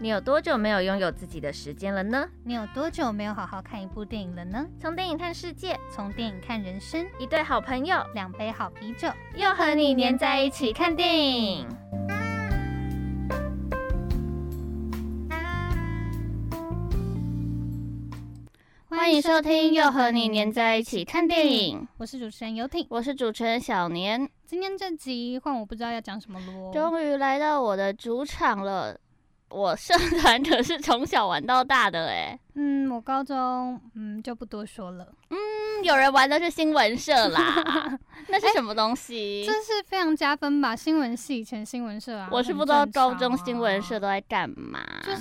你有多久没有拥有自己的时间了呢？你有多久没有好好看一部电影了呢？从电影看世界，从电影看人生，一对好朋友两杯好啤酒，又和你黏在一起看电影。欢迎收听《又和你黏在一起看电影》，我是主持人游艇。我是主持人小年，今天这集换我不知道要讲什么喽。终于来到我的主场了。我社团可是从小玩到大的哎、嗯，我高中嗯就不多说了，嗯，有人玩的是新闻社 啦，那是什么东西？哎这是非常加分吧？新闻系以前新闻社啊，我是不很知道正高中常啊新闻社都在干嘛。就是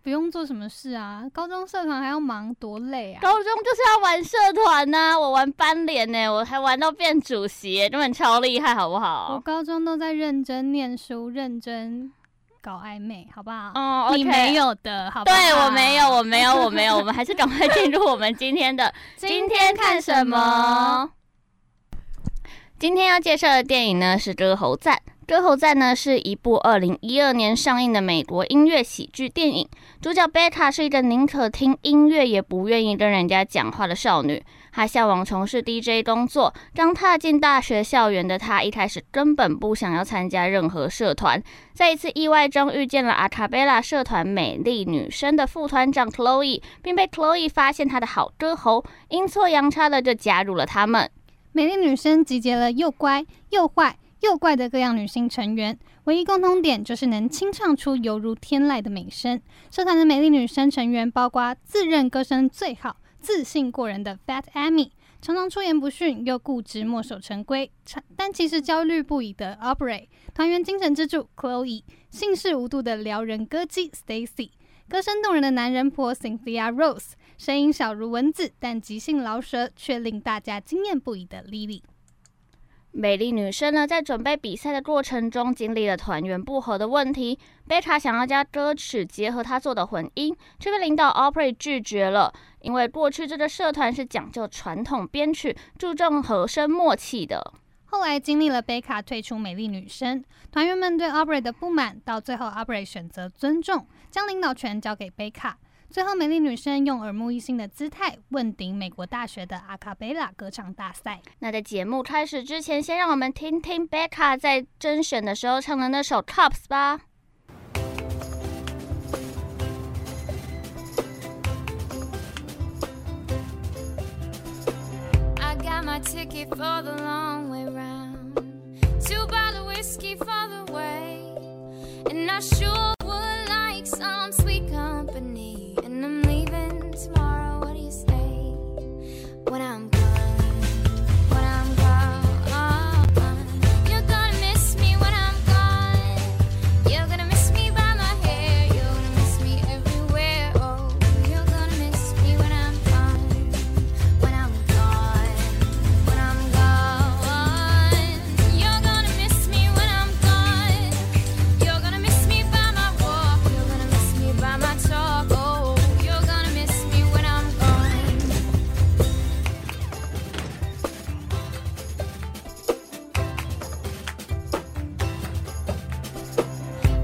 不用做什么事啊，高中社团还要忙多累啊。高中就是要玩社团呐、我玩班联呢、我还玩到变主席、欸，根本超厉害，好不我好？高中都在认真念书，认真搞暧昧，好不好？哦、你 OK 没。有的，好不好？对我没有，我没有，我没有，我们还是赶快进入我们今天的今天看什么？今天要介绍的电影呢是《歌喉赞》。《歌喉赞》呢是一部二零一二年上映的美国音乐喜剧电影，主角贝卡是一个宁可听音乐也不愿意跟人家讲话的少女。她向往从事 DJ 工作，刚踏进大学校园的她，一开始根本不想要参加任何社团。在一次意外中遇见了阿卡贝拉社团美丽女生的副团长 Chloe，并被 Chloe 发现她的好歌喉，阴错阳差的就加入了他们。美丽女生集结了又乖又坏又怪的各样女性成员，唯一共通点就是能清唱出犹如天籁的美声。社团的美丽女生成员包括自认歌声最好、自信过人的 Fat Amy，常常出言不逊又固执墨守成规，常但其实焦虑不已的 Aubrey，团员精神支柱 Chloe，姓氏无度的撩人歌姬 Stacy，歌声动人的男人婆 Cynthia Rose。声音小如蚊子，但即兴饶舌却令大家惊艳不已的 Lily。美丽女生呢，在准备比赛的过程中，经历了团员不和的问题。贝卡想要将歌曲结合她做的混音，却被领导 Opry 拒绝了，因为过去这个社团是讲究传统编曲，注重和声默契的。后来经历了贝卡退出美丽女生，团员们对 Aubrey 的不满，到最后 Aubrey 选择尊重，将领导权交给贝卡。最后，美丽女生用耳目一新的姿态问鼎美国大学的阿卡贝拉歌唱大赛。那在节目开始之前，先让我们听听贝卡在甄选的时候唱的那首《Cups》吧。 I got my ticket for the long way round. Two bottle whiskey for the way. And I sure would like some sweet company. And I'm leaving tomorrow. What do you say? When I'm gone, when I'm gone. You're gonna miss me when I'm gone. You're gonna miss me by my hair. You're gonna miss me everywhere. Oh, you're gonna miss me when I'm gone. When I'm gone, when I'm gone, you're gonna miss me when I'm gone. You're gonna miss me by my walk, you're gonna miss me by my talk. Oh, you're gonna miss me when I'm gone.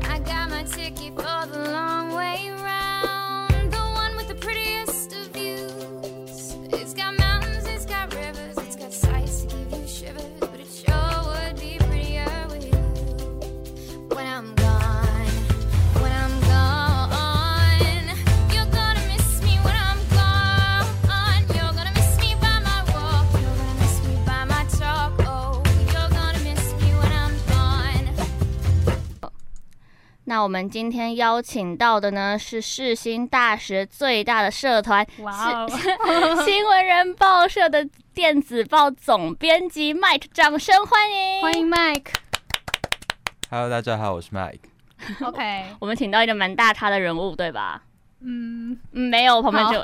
I got my ticket for the long way round. The one with the prettiest of views. It's got mountains, it's got rivers, it's got sights to give you shivers. But it sure would be prettier with you. When I'm gone, when I'm gone, you're gonna miss me when I'm gone. You're gonna miss me by my walk, you're gonna miss me by my talk. Oh, you're gonna miss me when I'm gone. 那我们今天邀请到的呢是世新大学最大的社团哇哦！ 新闻人报社的电子报总编辑 Mike，掌声欢迎！欢迎 Mike。 Hello，大家好，我是 Mike。 OK，我们请到一个蛮大咖的人物，对吧？嗯，嗯没有，旁边就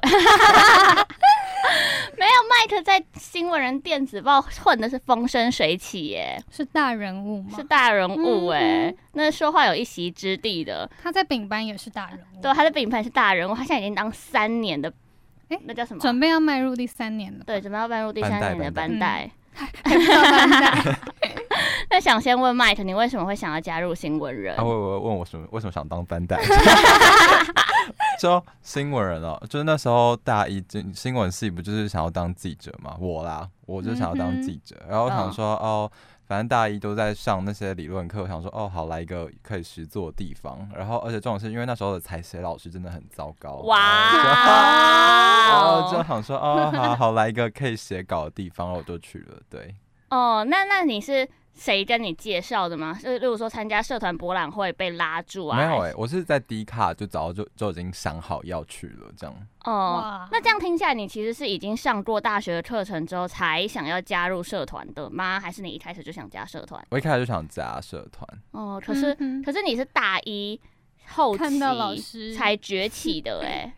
没有。麦克在新闻人电子报混的是风生水起耶，是大人物吗？是大人物哎、嗯那说话有一席之地的。他在丙班也是大人物，对，他的饼盘是大人物，他现在已经当三年的，诶那叫什么？准备要迈入第三年了。对，准备要迈入第三班代年的班代班代。嗯 还不到班代 那想先问麦克，你为什么会想要加入新闻人？他会问问我什么为什么想 当班代，就新闻人哦，就是那时候大一进新闻系不就是想要当记者嘛，我啦，我就想要嗯哼当记者，然后我嗯想说哦。反正大一都在上那些理论课，我想说哦，好来一个可以实做的地方。然后，而且这种是因为那时候的采写老师真的很糟糕，哇 然后就哦！想说哦，好好来一个可以写稿的地方，然后我就去了。对，哦，那那你是谁跟你介绍的吗？是例如说参加社团博览会被拉住啊？没有还哎、是我是在迪卡就早就就已经想好要去了，这样。哦。哇，那这样听下来，你其实是已经上过大学的课程之后才想要加入社团的吗？还是你一开始就想加社团？我一开始就想加社团，哦，可是、嗯哼可是你是大一后看到老期师才崛起的哎、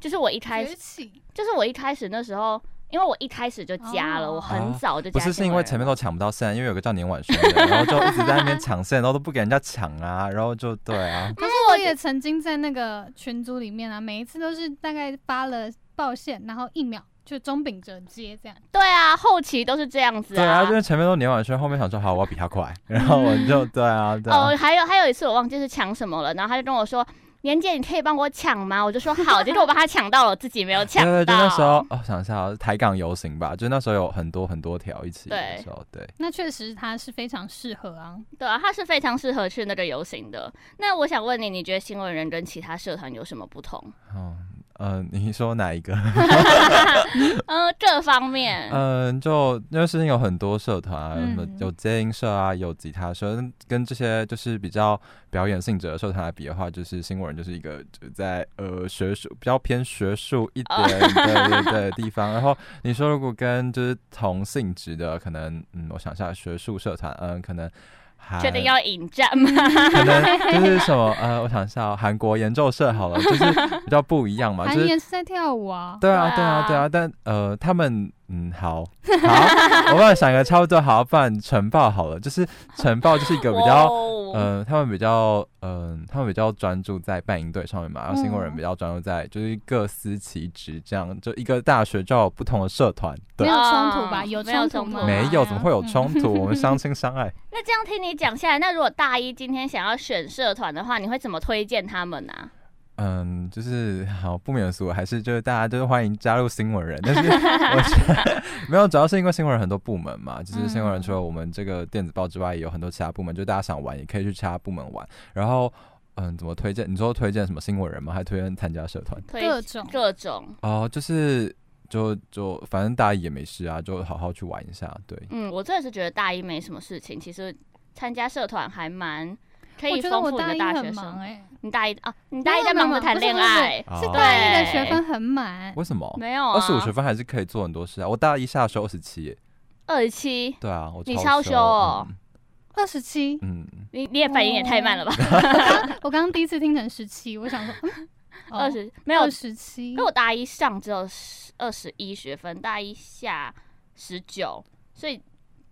就是我一开崛始，起，就是我一开始那时候，因为我一开始就加了，哦我很啊早就不加新闻人了。是是因为前面都抢不到线，因为有个叫年晚生的，然后就一直在那边抢线，然后都不给人家抢啊，然后就对啊，可是我也曾经在那个群组里面啊，每一次都是大概发了报线，然后一秒就钟秉哲接这样。对啊，后期都是这样子对啊，因为前面都年晚生，后面想说好我要比他快，然后我就对啊，对啊哦，，还有还有一次我忘记是抢什么了，然后他就跟我说：“莲姐，你可以帮我抢吗？”我就说 好，结果我把他抢到了，我自己没有对抢对，到。就那时候哦，想一下哦，台港游行吧，就那时候有很多很多条一起的对时候，对，那确实他是非常适合啊。对啊，他是非常适合去那个游行的。那我想问你，你觉得新闻人跟其他社团有什么不同？哦，呃，你说哪一个？呃，各方面。嗯，就因为事情有很多社团啊，有什么嗯有街音社啊，有吉他社，跟跟这些就是比较表演性质的社团来比的话，就是新闻人就是一个就在呃学术比较偏学术一哦点对 对对地方。然后你说如果跟就是同性质的，可能嗯，我想一下，学术社团，嗯，可能还确定要引战吗？可能就是什么呃，我想一下哦，韩国研究社好了，就是比较不一 样嘛，韩就是岩是在跳舞啊， 对啊，对对啊，对啊啊，但呃，他们嗯，好 好，我帮你想一个差不多好，不然晨报好了，就是晨报就是一个比较。 哦嗯、他们比较，嗯、他们比较专注在办营队上面嘛，嗯然后新闻人比较专注在就是各司其职，这样就一个大学就要有不同的社团，没对有，冲突吧？嗯有没有冲突冲突吗？啊没有怎么会有嗯冲突？我们相亲相爱，那这样听你讲下来，那如果大一今天想要选社团的话，你会怎么推荐他们呢、啊？嗯，就是好不免俗，还是就是大家就是欢迎加入新闻人，但是我觉得 没有，主要是因为新闻人很多部门嘛，就是新闻人除了我们这个电子报之外，也有很多其他部门，就大家想玩也可以去其他部门玩。然后，嗯，怎么推荐？你说推荐什么新闻人吗？还推荐参加社团？推各种各种，哦、就是就就反正大一也没事啊，就好好去玩一下。对，嗯，我真的是觉得大一没什么事情，其实参加社团还蛮可我以觉得丰我富你大的一大学很忙生。哎，你大一啊，你没大有一在忙着谈没有恋没有爱，是哦大一的对学分很满，为什么？没有二啊？十五学分还是可以做很多事啊！我大一下的时候二十七耶，二十七，对啊，我你超超修哦二十七。嗯，嗯你你也反应也太慢了吧？我刚刚第一次听成十七，我想说， 嗯，哦二十、没有，二十七因为，我大一上只有二十一学分，大一下十九，所以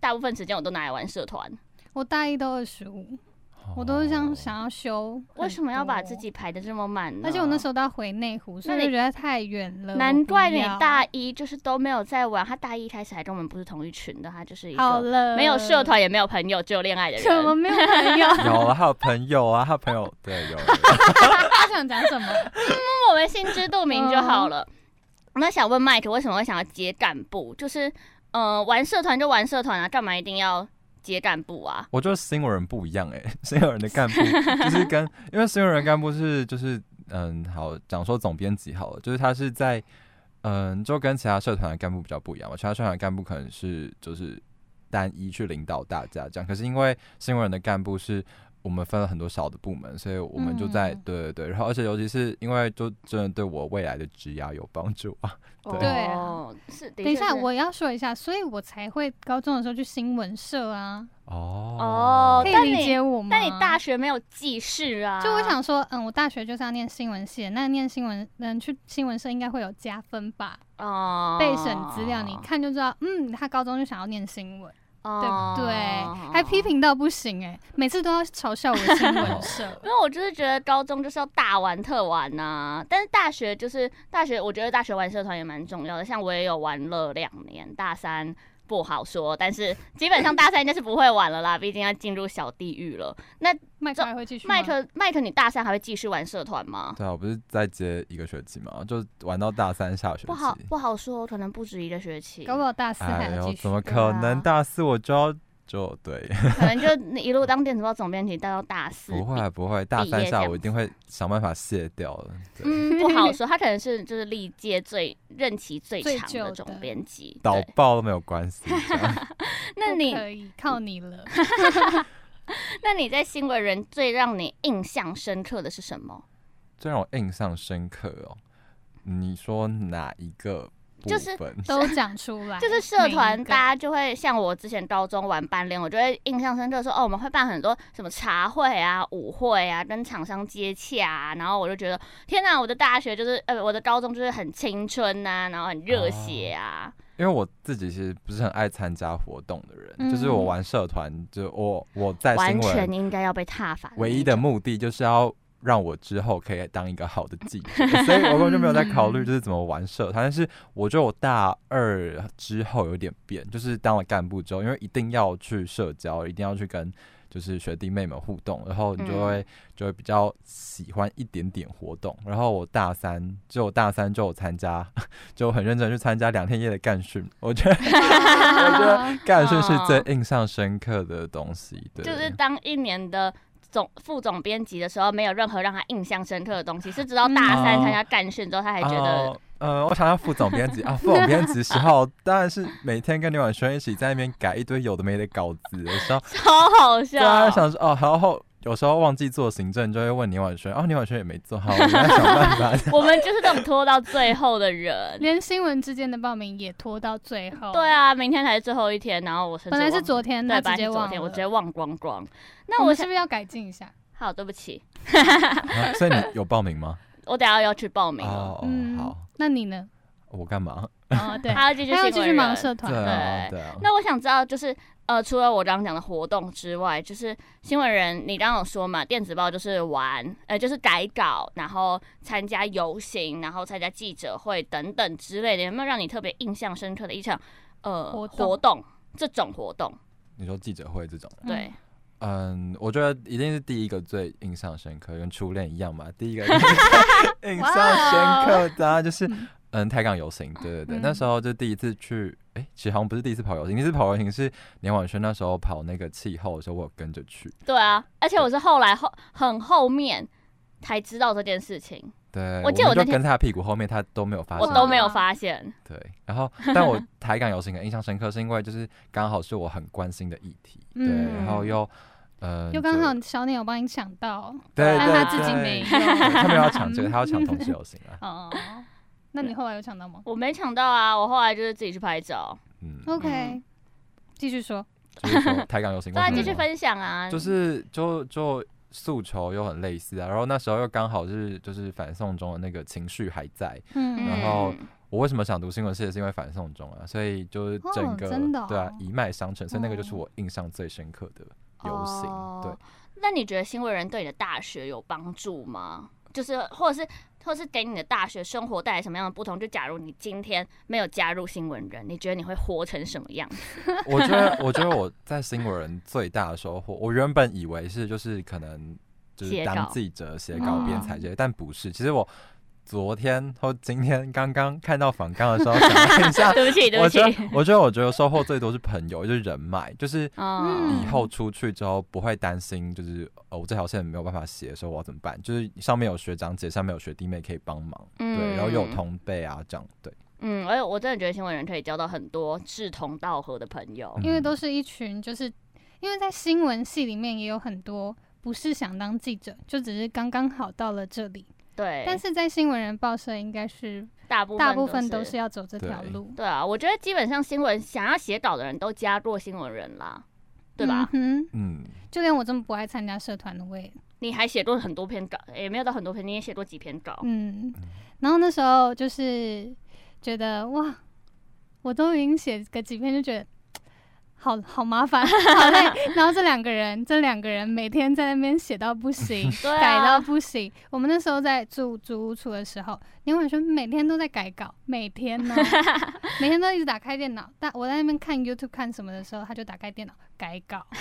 大部分时间我都拿来玩社团。我大一都二十五，我都是这样哦想要修。为什么要把自？己排的这么满呢？而且我那时候都要回内湖，所以嗯那我你就觉得太远了。难怪你大呃一一就是都没有在玩，他大一开始还跟我们不是同一群的，他就是一好个了，没有社，团也没有朋友，只有恋爱的怎么人。嗯没有朋 友？ 有啊，还有朋友啊，还有朋友，对，有。有他想讲 什么？那我们心知肚明就嗯好了。那想问麦克，为什么会想要接干部？就是，呃，玩社团就玩社团啊，干嘛一定要接干部啊？我觉得新闻人不一样哎、 新闻人的干部就是跟，因为新闻人干部是就是嗯，好讲说总编辑好了，就是他是在嗯，就跟其他社团的干部比较不一样嘛，其他社团的干部可能是就是单一去领导大家这样，可是因为新闻人的干部是。我们分了很多小的部门，所以我们就在、嗯对对对，然后而且尤其是因为就真的对我未来的职涯有帮助啊，对哦，是。等一下，的确是我要说一下，所以我才会高中的时候去新闻社啊，哦可以但理你解我吗？但你大学没有记事啊？就我想说，嗯，我大学就是要念新闻系，那念新闻，嗯，去新闻社应该会有加分吧？哦，备审资料你看就知道，嗯，他高中就想要念新闻，对哦，不对？还批。评到不行哎、每次都要嘲笑我的新闻 社因为我就是觉得高中就是要大玩特玩呐、但是大学就是大学，我觉得大学玩社团也蛮重要的。像我也有玩了两年，大三不好说，但是基本上大三应该是不会玩了啦，毕 竟要进入小地狱了。麦克还会继续吗麦克麦克，你大三还会继续玩社团吗？对啊，我不是再接一个学期嘛，就玩到大三下学期。不好不好说，可能不止一个学期，搞不好大四还哎要呦，继续怎。么对可啊能？大四我就要就对，可能就你一路当电子报总编辑到大四。不会啊不会，大毕业三这下样我一定会想办法卸掉的。对，嗯，不好说，他可能是就是历届最任期最最长久的的总编辑。倒对，爆都没有 关系。这样那不你可以靠你 了。那你在新闻人最让你印象深刻的是什么？最让我印象深刻哦，你说哪一个部就是分？都讲出来， 就是社团，哎每一个大家就会像我之前高中玩班联，我就会印象深刻说，哦，我们会办很多什么茶会啊、舞会啊，跟厂商接洽啊，然后我就觉得，天哪、我的大学就是，呃，我的高中就是很青春呐、然后很热血啊，因为我自己其实不是很爱参加活动的人，就是嗯我玩社团，就我我在新完闻全应该要被踏伐那一种。唯一的目的就是要让我之后可以当一个好的记者， 所以我根本就没有在考虑就是怎么玩社团。但是我觉得我大二之后有点变，就是当了干部之后，因为一定要去社交，一定要去跟就是学弟妹们互动，然后你就会、嗯就会比较喜欢一点点活动。然后我大三，就我大三就有参加， 就很认真去参加两天一夜的干训，我觉 得我觉得干训是最印象深刻的东西，对，哦就是当一年的总副总编辑的时候，没有任何让他印象深刻的东西，是直到大三嗯参加干训之后，他才觉得、哦呃，我想要副总编辑啊，副总编辑时候当然是每天跟刘婉轩一起在那边改一堆有的没的稿子的时候，超好笑。对啊，想说哦，然后有时候忘记做行政，就会问刘婉轩，哦，刘婉轩也没做好，我们要想办法。我们就是这种拖到最后的 人。连新闻之间的报名也拖到最后。对，啊，明天才是最后一天，然后我甚至本来是忘昨天，对，那本直来接是昨忘天，了。我直接忘光光。那我我们是想不是要改进一下？好，对不起，啊 所以你有报名吗？我等下要去报名了。哦，嗯好，那你呢？我干嘛？哦，对， 他要继续还要新继续闻忙人社团对。啊，对对啊。那我想知道，就是呃，除了我刚刚讲的活动之外，就是新闻人，你刚刚有说嘛，电子报就是玩，呃，就是改稿，然后参加游行，然后参加记者会等等之类的，有没有让你特别印象深刻的一场呃活动活动这种活动？你说记者会这种，嗯对，嗯，我觉得一定是第一个最印象深刻，跟初恋一样嘛。第一个印象深刻的、啊、就是，嗯，台港游行，对对对，嗯那时候就第一次去，哎、其实好像不是第一次跑游行，第一次跑游行是年婉轩那时候跑那个气候的时候，我有跟着去。对啊，而且我是后来后很后面才知道这件事情，对，我记得我们那就天跟在他屁股后面，他都没有发现我我，都没有发现。对，然后，但我台港游行很印象深刻，是因为就是刚好是我很关心的议题，对，嗯然后又，嗯，又刚就好小鸟帮你抢到，对对但他自己对没有。对 他没有要抢这个，他要抢同志游行啊哦。那你后来有抢到吗我没抢到啊！我后来就是自己去拍照，嗯， ？OK，继续说。就是说台港游行 对啊，继续为什么分享啊。嗯就是就就诉求又很类似啊，然后那时候又刚好是就是反送中的那个情绪还在。嗯，然后嗯我为什么想读新闻系，是因为反送中啊，所以就是整个、哦真的哦对啊一脉相承，所以那个就是哦我印象最深刻的游行。哦对，那你觉得新闻人对你的大学有帮助吗？就是或者是或者是给你的大学生活带来什么样的不同？就假如你今天没有加入新闻人，你觉得你会活成什么样？我觉得我觉得我在新闻人最大的收获，我原本以为是就是可能就写是稿当记者写稿编 采嗯这些，但不是。其实我昨天或今天刚刚看到访纲的时候，想了一下，对不起，对不啊我觉起， 得，我觉得，我觉得收获最多是朋友，就是人脉，就是嗯以后出去之后不会担心，就是哦，我这条线没有办法写的时候我要怎么办？就是上面有学长姐，下面有学弟妹可以帮忙，对，然后又有同辈啊，这样对，嗯，而且我真的觉得新闻人可以交到很多志同嗯道合的朋友。因为都是一群，就是因为在新闻系里面也有很多不是想当记者，就只是刚刚好到了这里。对，但是在新闻人报社，应该是大部大部分都都是要走这条对路，对啊，我觉得基本上新闻想要写稿的人都加入新闻人啦，对吧？嗯哼，嗯，就连我这么不爱参加社团的我也你还写过很多篇稿，也没有到很多篇，你也写过几篇稿。，嗯，然后那时候就是觉得哇，我都已经写个几篇，就觉得好好麻烦，好累。 然后这两个人，这两个人每天在那边写到不行对啊改到不行。我们那时候在住租屋处的时候，林婉轩每天都在改稿，每天 呢，每天都一直打开电脑。但我在那边看 YouTube 看什么的时候，他就打开电脑改稿。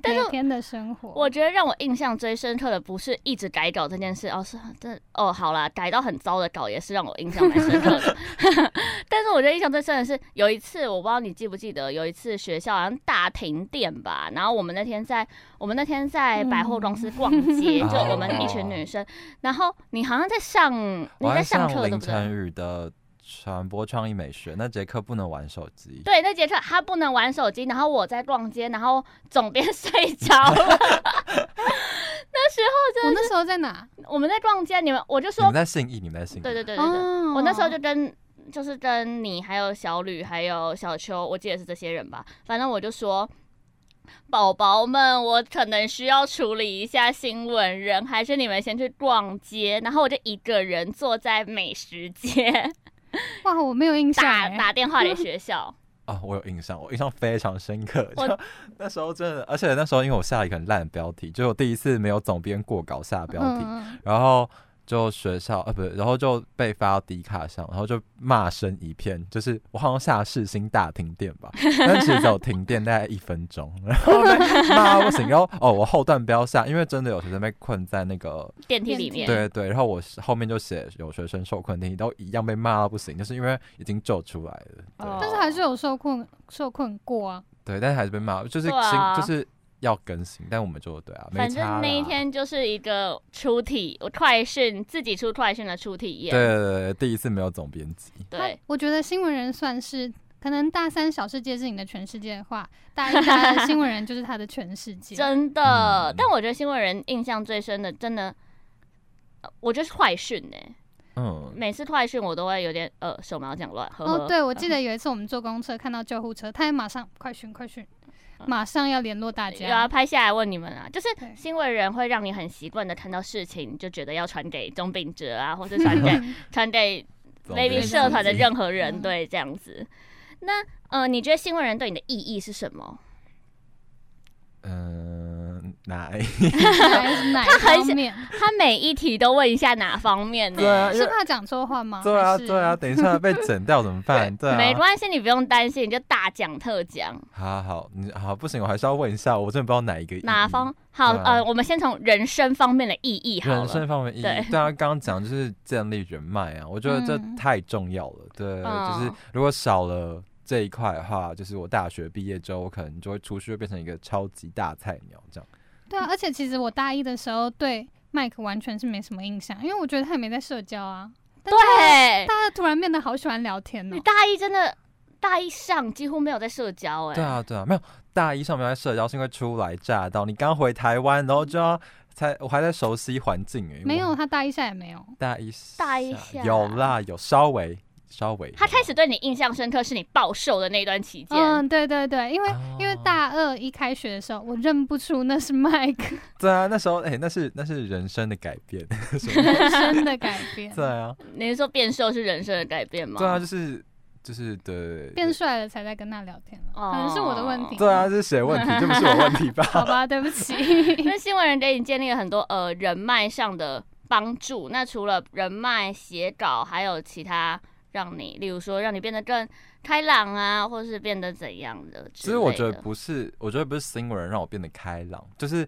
但是每天的生活，我觉得让我印象最深刻的不是一直改稿这件事，哦，是这哦，好啦，改到很糟的稿也是让我印象蛮深刻的。 但是我觉得印象最深的是有一次，我不知道你记不记得，有一次学校好像大停电吧，然后我们那天在我们那天在百货公司逛街，嗯就我们一群女生，然后你好像在上你我在爱嗯哦上课对林不对晨？宇的传播创意美学那节课不能玩手机，对，那节课他不能玩手机，然后我在逛街，然后总编 睡着了。 那时我那时候在哪？候我们在逛街，你们我就你说们，在信义，你们在信义，对对对对对，哦，我那时候就跟就是跟你还有小吕还有小秋，我记得是这些人吧，反正我就说。宝宝们，我可能需要处理一下新闻人，还是你们先去逛街，然后我就一个人坐在美食街哇，我没有印象打欸。打电话给学校。啊，我有印象，我印象非常深刻。我就那时候真的，而且那时候因为我下了一个很烂的标题，就我第一次没有总编过稿下标题，嗯嗯然后就学校呃不是，然后就被发到迪卡上，然后就骂声一片，就是我好像下世新大停电 吧，但其实只有停电大概一分钟，然后被骂到不行，然后哦我后段不要下，因为真的有学生被困在那个电梯里电梯面，对对，然后我是后面就写有学生受困电梯，都一样被骂到不行，就是因为已经救出来了，对。哦但是还是有受困受困过啊。对，但是还是被骂，就是对啊新就是要更新，但我们就对啊，没反差正那一啦。天就是一个初体我快讯，自己出快讯的初体验。对对对对，第一次没有总编辑，对，我觉得新闻人算是，可能大三小世界是你的全世界的话，大一大 二新闻人就是他的全世界。真的。嗯但我觉得新闻人印象最深的，真的，呃我就是快讯呢、嗯，每次快讯我都会有点呃手忙脚乱。呵呵哦，对，我记得有一次我们坐公车看到救护车，他也马上快训快训，嗯马上要联络大有啊，家。拍下来问你们啊，就是对新闻人会让你很习惯的看到事情，就觉得要传给钟秉哲啊，或者传 给传给总 maybe 编辑社团 的任何嗯人，对，这样子。那呃，你觉得新闻人对你的意义是什么？嗯哪一还 是哪一方面？他每一题都问一下哪方面呢？对啊，因是为怕讲错话哦吗？对啊还是对啊，。等一下被剪掉怎么办？对啊，没关系，你不用担心，你就大讲特讲。好好你好不行，我还是要问一下，我真的不知道哪一个意哪义方好？对啊呃，我们先从人生方面的意义好人了。生啊方面意义，对对啊，刚刚讲就是建立人脉啊，我觉得这嗯太重要了。对，嗯就是如果少了这一块的话，就是我大学毕业之后，我可能就会出去，会变成一个超级大菜鸟这样。对啊，而且其实我大一的时候对麦克完全是没什么印象，因为我觉得他也没在社交啊。但是他，对，啊大家突然变得好喜欢聊天哦嗯你。大一真的大一上几乎没有在社交哎、对啊，对啊，没有大一上面在社交是因为初来乍到，你刚回台湾，然后就要才我还在熟悉环境诶、没有，我他大一下也没有。大一大一下下有啦，有稍微稍微。他开始对你印象深刻是你暴瘦的那段期间，嗯，对对对，因为、哦因为大二一开学的时候，我认不出那是麦 克对啊，那时候哎、那是那是人生的改变， 人生的改变，对啊，你是说变瘦是人生的改变吗？对啊，就是就是对变帅了才在跟他聊天了，哦可能是我的问题。对啊，，这是谁的问题？这不是我问 题吧？ 好吧，对不起。那新闻人给你建立了很多呃人脉上的帮助。那除了人脉、写稿，还有其他让你，例如说让你变得更开朗啊，或是变得怎样的 其之类的。实我觉得不是，我觉得不是新闻让我变得开朗，就是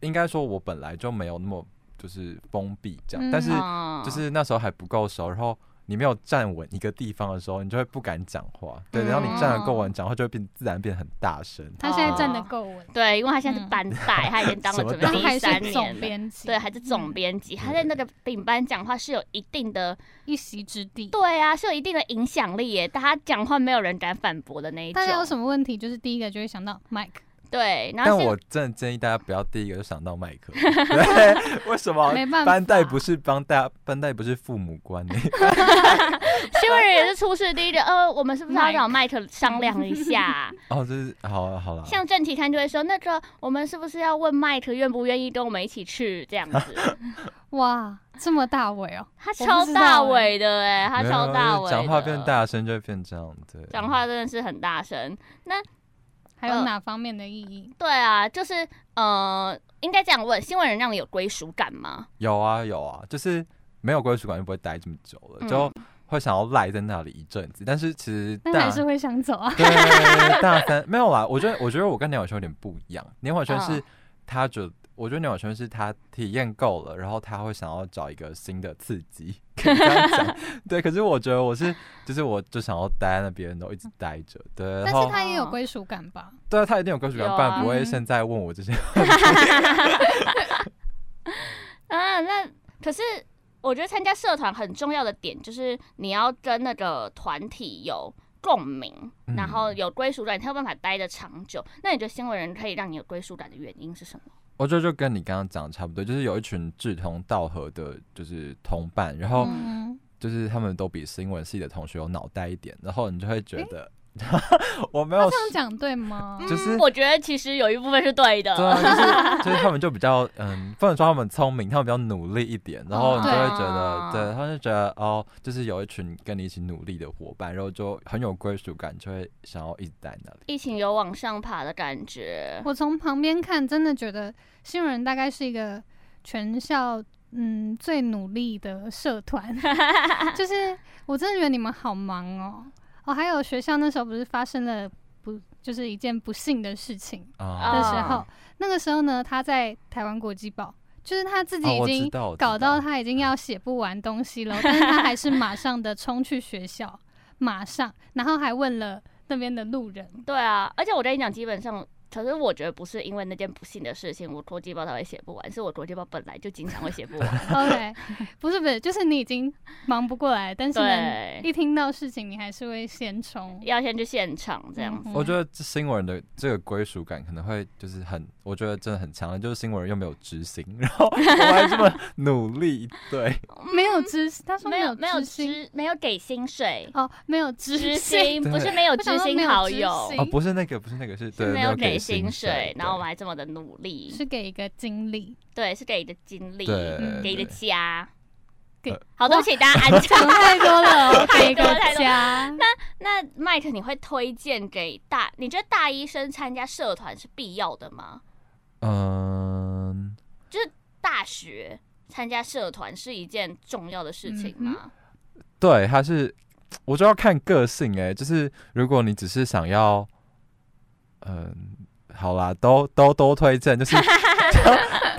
应该说我本来就没有那么就是封闭这样，嗯但是嗯就是那时候还不够熟，然后。你没有站稳一个地方的时候，你就会不敢讲话。对，嗯然后你站得够稳，讲话就会变自然变得很大声。他现在站得够稳，对，因为他现在是嗯班代，他已经当了什么嗯准备他还哦第三是年总了。编辑，对，还是总编辑，他在那个丙班讲话是有一定的，嗯一席之地。对啊，是有一定的影响力耶。大家讲话没有人敢反驳的那一种。大家有什么问题，就是第一个就会想到 Mike，对，然但后是我真的建议大家不要第一个就想到麦克， 对，为什么？没办法哦班带不是帮大班带不是父母官呢？新闻人也是出事第一个，呃，我们是不是要找麦克商量一下？ 哦，这是好了好了，像郑其他就会说，那个我们是不是要问麦克愿不愿意跟我们一起去这样 子？哇，这么大尾哦！他知超大道欸尾的哎、他没超有大就尾，是讲话变，大声就会变这样，对，讲话真的是很大声。还有嗯哪方面的意义？对啊，就是呃，应该这样问，新闻人让你有归属感吗？有啊有啊，就是没有归属感就不会待这么久了，嗯就会想要赖在那里一阵子，但是其实但还大是会想走啊。对大三没有啦，我觉得我觉得我跟年婉轩有点不一样，年婉轩是嗯他觉得。我觉得年婉轩是他体验够了，然后他会想要找一个新的刺激，可以这 样讲。对，可是我觉得我是，就是我就想要待在那边，然后一直待着。对，但然后是他嗯也有归属感吧？对啊，他一定有归属感，有啊不然不会现在问我这些。 啊，那可是我觉得参加社团很重要的点就是你要跟那个团体有共鸣，嗯然后有归属感，你才有办法待得长久。那你觉得新闻人可以让你有归属感的原因是什么？我觉得就跟你刚刚讲的差不多，就是有一群志同道合的，就是同伴，然后嗯，就是他们都比新闻系的同学有脑袋一点，然后你就会觉得、 我没有这样讲对吗？就是嗯我觉得其实有一部分是对的，对啊， 就是就是他们就比较嗯，不能说他们聪明，他们比较努力一点，然后你就会觉哦得，对，他们就觉得哦，就是有一群跟你一起努力的伙伴，然后就很有归属感，就会想要一直待那里。疫情有往上爬的感觉。 我从旁边看，真的觉得新闻人大概是一个全校嗯最努力的社团， 就是我真的觉得你们好忙哦。哦，还有学校那时候不是发生了不就是一件不幸的事情啊的哦时候，那个时候呢，他在台湾国际报，就是他自己哦已我知经道我知搞到道他已经要写不完东西 了，但是他还是马上的冲去学校，马上，然后还问了那边的路 人，对啊，而且我跟你讲，基本上，可是我觉得不是因为那件不幸的事情，我国际报才会写不完，是我国际报本来就经常会写不完。 OK，不是不是，就是你已经忙不过来，但是呢，对，一听到事情你还是会先冲。要先去现场这嗯样子。我觉得这新闻的这个归属感可能会就是很，我觉得真的很强，就是新闻人又没有执行， 然后我还这么努力， 对，得没有知，他说没有没有知心知没有给薪水，哦，没有知知心，心对不是没有我想知说没心有好知友，心哦，不是那个，不是那个，是是对，没有给薪水，然后我们对还这么的努力，是给一个经历，对，是给你的精力，对给你的对家。给呃好，对不起，大家安静想。太多了哦， 给一个太多家。 那 Mike，你会推荐给大？你觉得大医生参加社团是必要的吗？嗯。大学参加社团是一件重要的嗯事情吗？对，他是，我就要看个性哎、就是如果你只是想要，嗯、好啦，都都都推 荐，就是，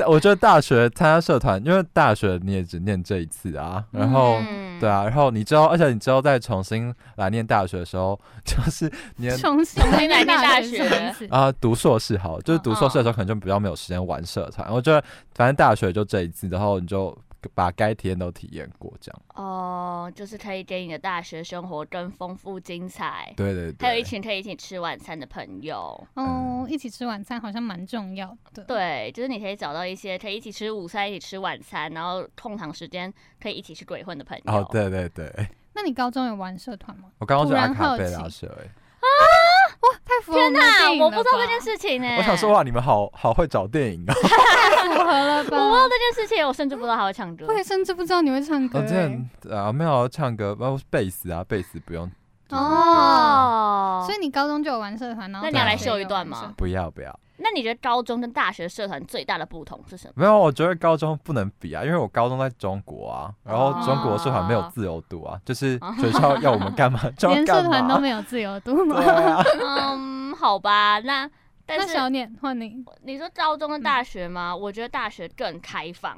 我觉得大学参加社团，因为大学你也只念这一次啊，然后。嗯对啊，然后你知道，而且你知道，在重新来念大学的时候， 就是你的重新来来念大学学是什么意思，啊、读硕士好，就是读硕士的时候可能就比较没有时间玩社团。我觉得反正大学就这一次，然后你就把该体验都体验过，这样。哦，就是可以给你的大学生活更丰富精彩，对对对。嗯还有一群可以一起吃晚餐的朋友。哦，一起吃晚餐好像蛮重要的。，对，就是你可以找到一些可以一起吃午餐、一起吃晚餐，然后空堂时间可以一起去鬼混的朋友。哦，对对对。那你高中有玩社团吗？我刚刚突是阿然卡好贝奇拉社哎、太符合我们的啊电影我不知道了吧这件，事情欸呢、我想说哇，你们好好会找电影啊！ 太符合了我不知吧？道这件事情，我甚至不知道他会唱歌我。也甚至不知道你会唱歌我之欸。前啊没有唱歌，不贝斯啊，贝斯不用，就是哦，所以以你高中就有玩社团，然后那你要来秀一段吗不要不要，那你觉得高中跟大学社团最大的不同 是什么？没有，我觉得高中不能比啊，因为我高中在中国啊，然后中国社团没有自由度啊，就是学校要我们干嘛哦就要连社干团都嘛，没有自由度 对吗？啊，嗯，好吧，那但 那是小念换你，你说高嗯中跟大学吗？我觉得大学更开放，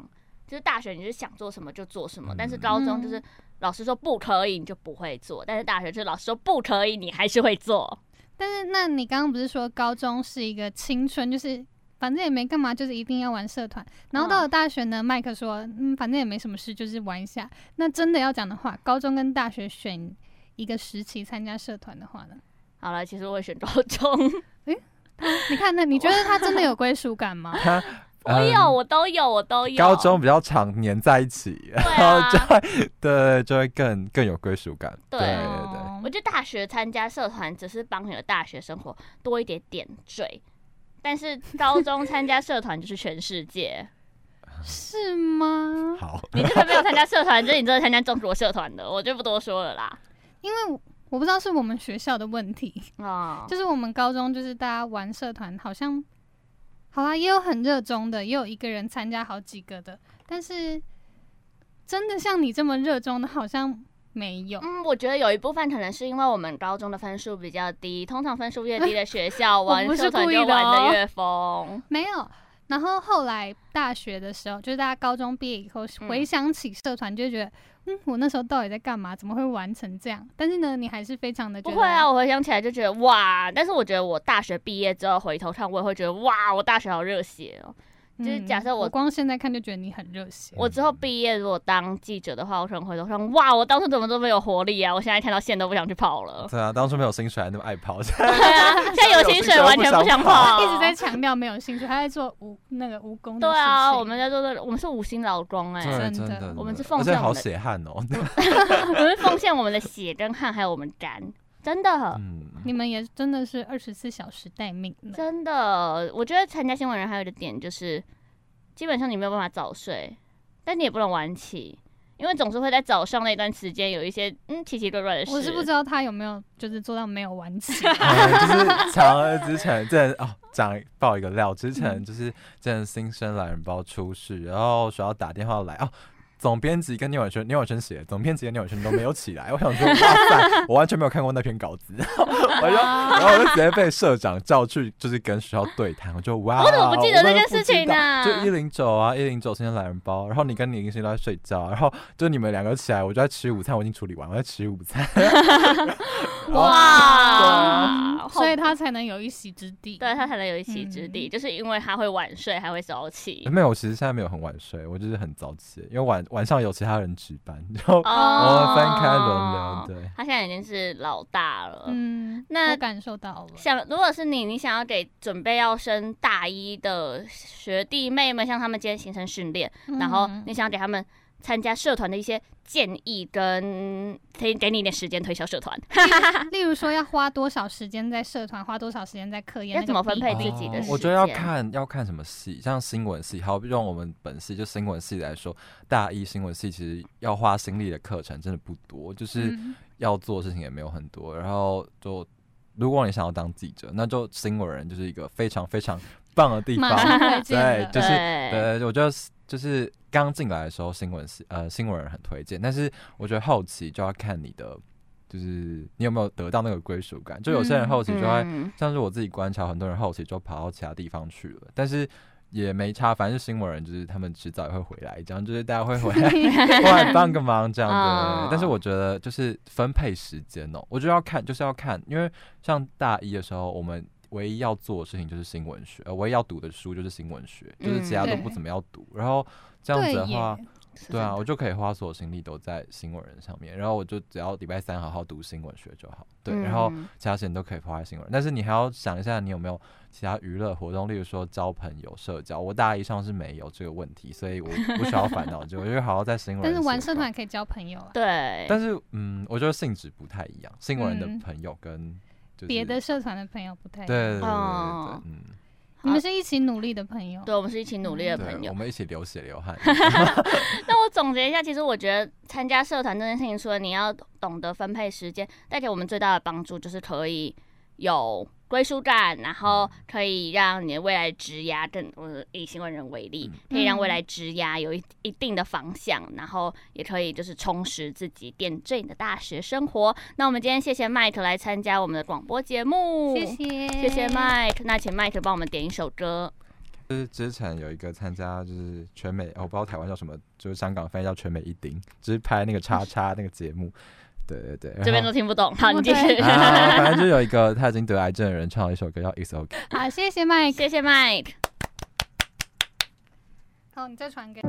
就是大学你是想做什么就做什么，嗯但是高中就是老师说不可以你就不会做，但是大学就是老师说不可以你还是会做。但是那你刚刚不是说高中是一个青春，就是反正也没干嘛，就是一定要玩社团。然后到了大学呢，麦克说，嗯，反正也没什么事，就是玩一下。那真的要讲的话，高中跟大学选一个时期参加社团的话呢，好了，其实我会选高中，你看，那你觉得他真的有归属感吗？他 我有，嗯我都有，我都有。高中比较常黏在一起，对然后就啊，会 对就会更更有归属感。对 对对对。哦我觉得大学参加社团只是帮你的大学生活多一点点缀，但是高中参加社团就是全世界。是吗？好，你真的没有参加社团，就是你真的参加中国社团的，我就不多说了啦。因为我我不知道是我们学校的问题，哦，就是我们高中就是大家玩社团，好像好啦，也有很热衷的，也有一个人参加好几个的，但是真的像你这么热衷的，好像没有。嗯，我觉得有一部分可能是因为我们高中的分数比较低，通常分数越低的学 校我玩不是社团故意就的玩哦的越疯。没有。然后后来大学的时候，就是大家高中毕业以后，嗯回想起社团，就会觉得，嗯，我那时候到底在干嘛？怎么会玩成这样？但是呢，你还是非常的不觉得会啊，，我回想起来就觉得哇，但是我觉得我大学毕业之后回头看，我也会觉得哇，我大学好热血哦。就是假嗯设我,、我光现在看就觉得你很热血，我之后毕业如果当记者的话，我可能回头看，哇，我当初怎么这么有活力啊！我现在看到线都不想去跑 了。对啊，当初没有薪水还那么爱跑，现哦对在啊，现在有薪水完全不想跑，一直 在。强调没有兴趣，他在做无那个无功的对事情。啊，我们在做的，我们是五星劳工哎、真的 真我们是而奉且献我好们的啊血汗哦。我们奉献我们的血跟汗，还有我们肝，真的， 嗯，你们也真的是二十四小时待命呢。真的。我觉得参加新闻人还有一个点就是，基本上你没有办法早睡，但你也不能晚起，因为总是会在早上那段时间有一些嗯奇奇怪怪的事。我是不知道他有没有就是做到没有晚 起，嗯就是长之前，这哦，讲爆一个料，之嗯前就是之前新生懒人包出事，然后学校打电话来哦。总编辑跟牛远轩、牛远轩写的，总编辑跟牛远轩都没有起来。我想说，哇塞，我完全没有看过那篇稿子， 然后我就，然后我就直接被社长叫去，就是跟学校对谈。我就哇，哦我怎么不记得这我真的件不事知情啊道呢就一零九啊，一零九新生懒人包，然后你跟李林星都在睡觉啊，然后就你们两个起来，我就在吃午餐，我已经处理完，我在吃午餐。哇，啊所以他才能有一席之地。对他才能有一席之地，嗯就是因为他会晚睡，还会早起欸。没有，我其实现在没有很晚睡，我就是很早起，因为晚晚上有其他人值班， 然后我哦们分开轮流。。对，他现在已经是老大了。嗯，那我感受到了。想，如果是你，你想要给准备要升大一的学弟妹们，向他们今天形成训练，然后嗯你想要给他们参加社团的一些建议，跟可以给你一点时间推销社团， 例如说要花多少时间在社团，花多少时间在课业，要那个怎么分配比例自己的哦时我觉得要间看要看什么系，像新闻系，好比用我们本系就新闻系来说，大一新闻系其实要花心力的课程真的不多，就是嗯要做的事情也没有很多，然后就如果你想要当记者，那就新闻人就是一个非常非常棒的地马上方，推荐对了就是对，对，我觉得是就是刚进来的时候，新闻是呃新闻人很推荐，但是我觉得后期就要看你的，就是你有没有得到那个归属感。就有些人后期就会，嗯像是我自己观察，很多人后期就跑到其他地方去了，但是。也没差，反正新闻人就是他们迟早也会回来，这样就是大家会回 来 过来帮个忙这样啊哦对。但是我觉得就是分配时间哦，我就要看，就是要看，因为像大一的时候，我们唯一要做的事情就是新闻学，呃，唯一要读的书就是新闻学，就是其他都不怎么要读。然后这样嗯对子的耶话，是对啊，真的我就可以花所有心力都在新闻人上面，然后我就只要礼拜三好好读新闻学就好。对，然后嗯其他时间都可以花在新闻，但是你还要想一下你有没有其他娱乐活动，例如说交朋友、社交。我大一上是没有这个问题，所以我不需要烦恼 这个，我就好好在新闻。但是玩社团，可以交朋友啊，对，但是嗯，我觉得性质不太一样，新闻人嗯的朋友跟就是别的社团的朋友不太一对样。对对对对哦对，嗯。你们是一起努力的朋友。对，我们是一起努力的对，朋友我。们一起流血 流汗。那我 总结一下，其实我觉得参加社团这件事情，除了你要懂得分配时间，带给我们最大的帮助就是可以有归属感，然嗯后可以让你的未来职涯更，我以新闻人为例嗯，可以让未来职涯有一一定的方向，然后也可以就是充实自己，点缀你的大学生活。那我们今天谢谢麦克来参加我们的广播节目，谢谢，谢谢麦克。那请麦克帮我们点一首歌，就是之前有一个参加就是全美，哦我不知道台湾叫什么，就是香港翻译叫全美一丁，就是拍那个叉叉那个节目。对对对，然这边后都听不懂，好，你继续 对。啊，反正就有一个他已经得癌症的人唱了一首歌叫《It's OK》。好，谢谢麦克。谢谢麦克。好，你再传给。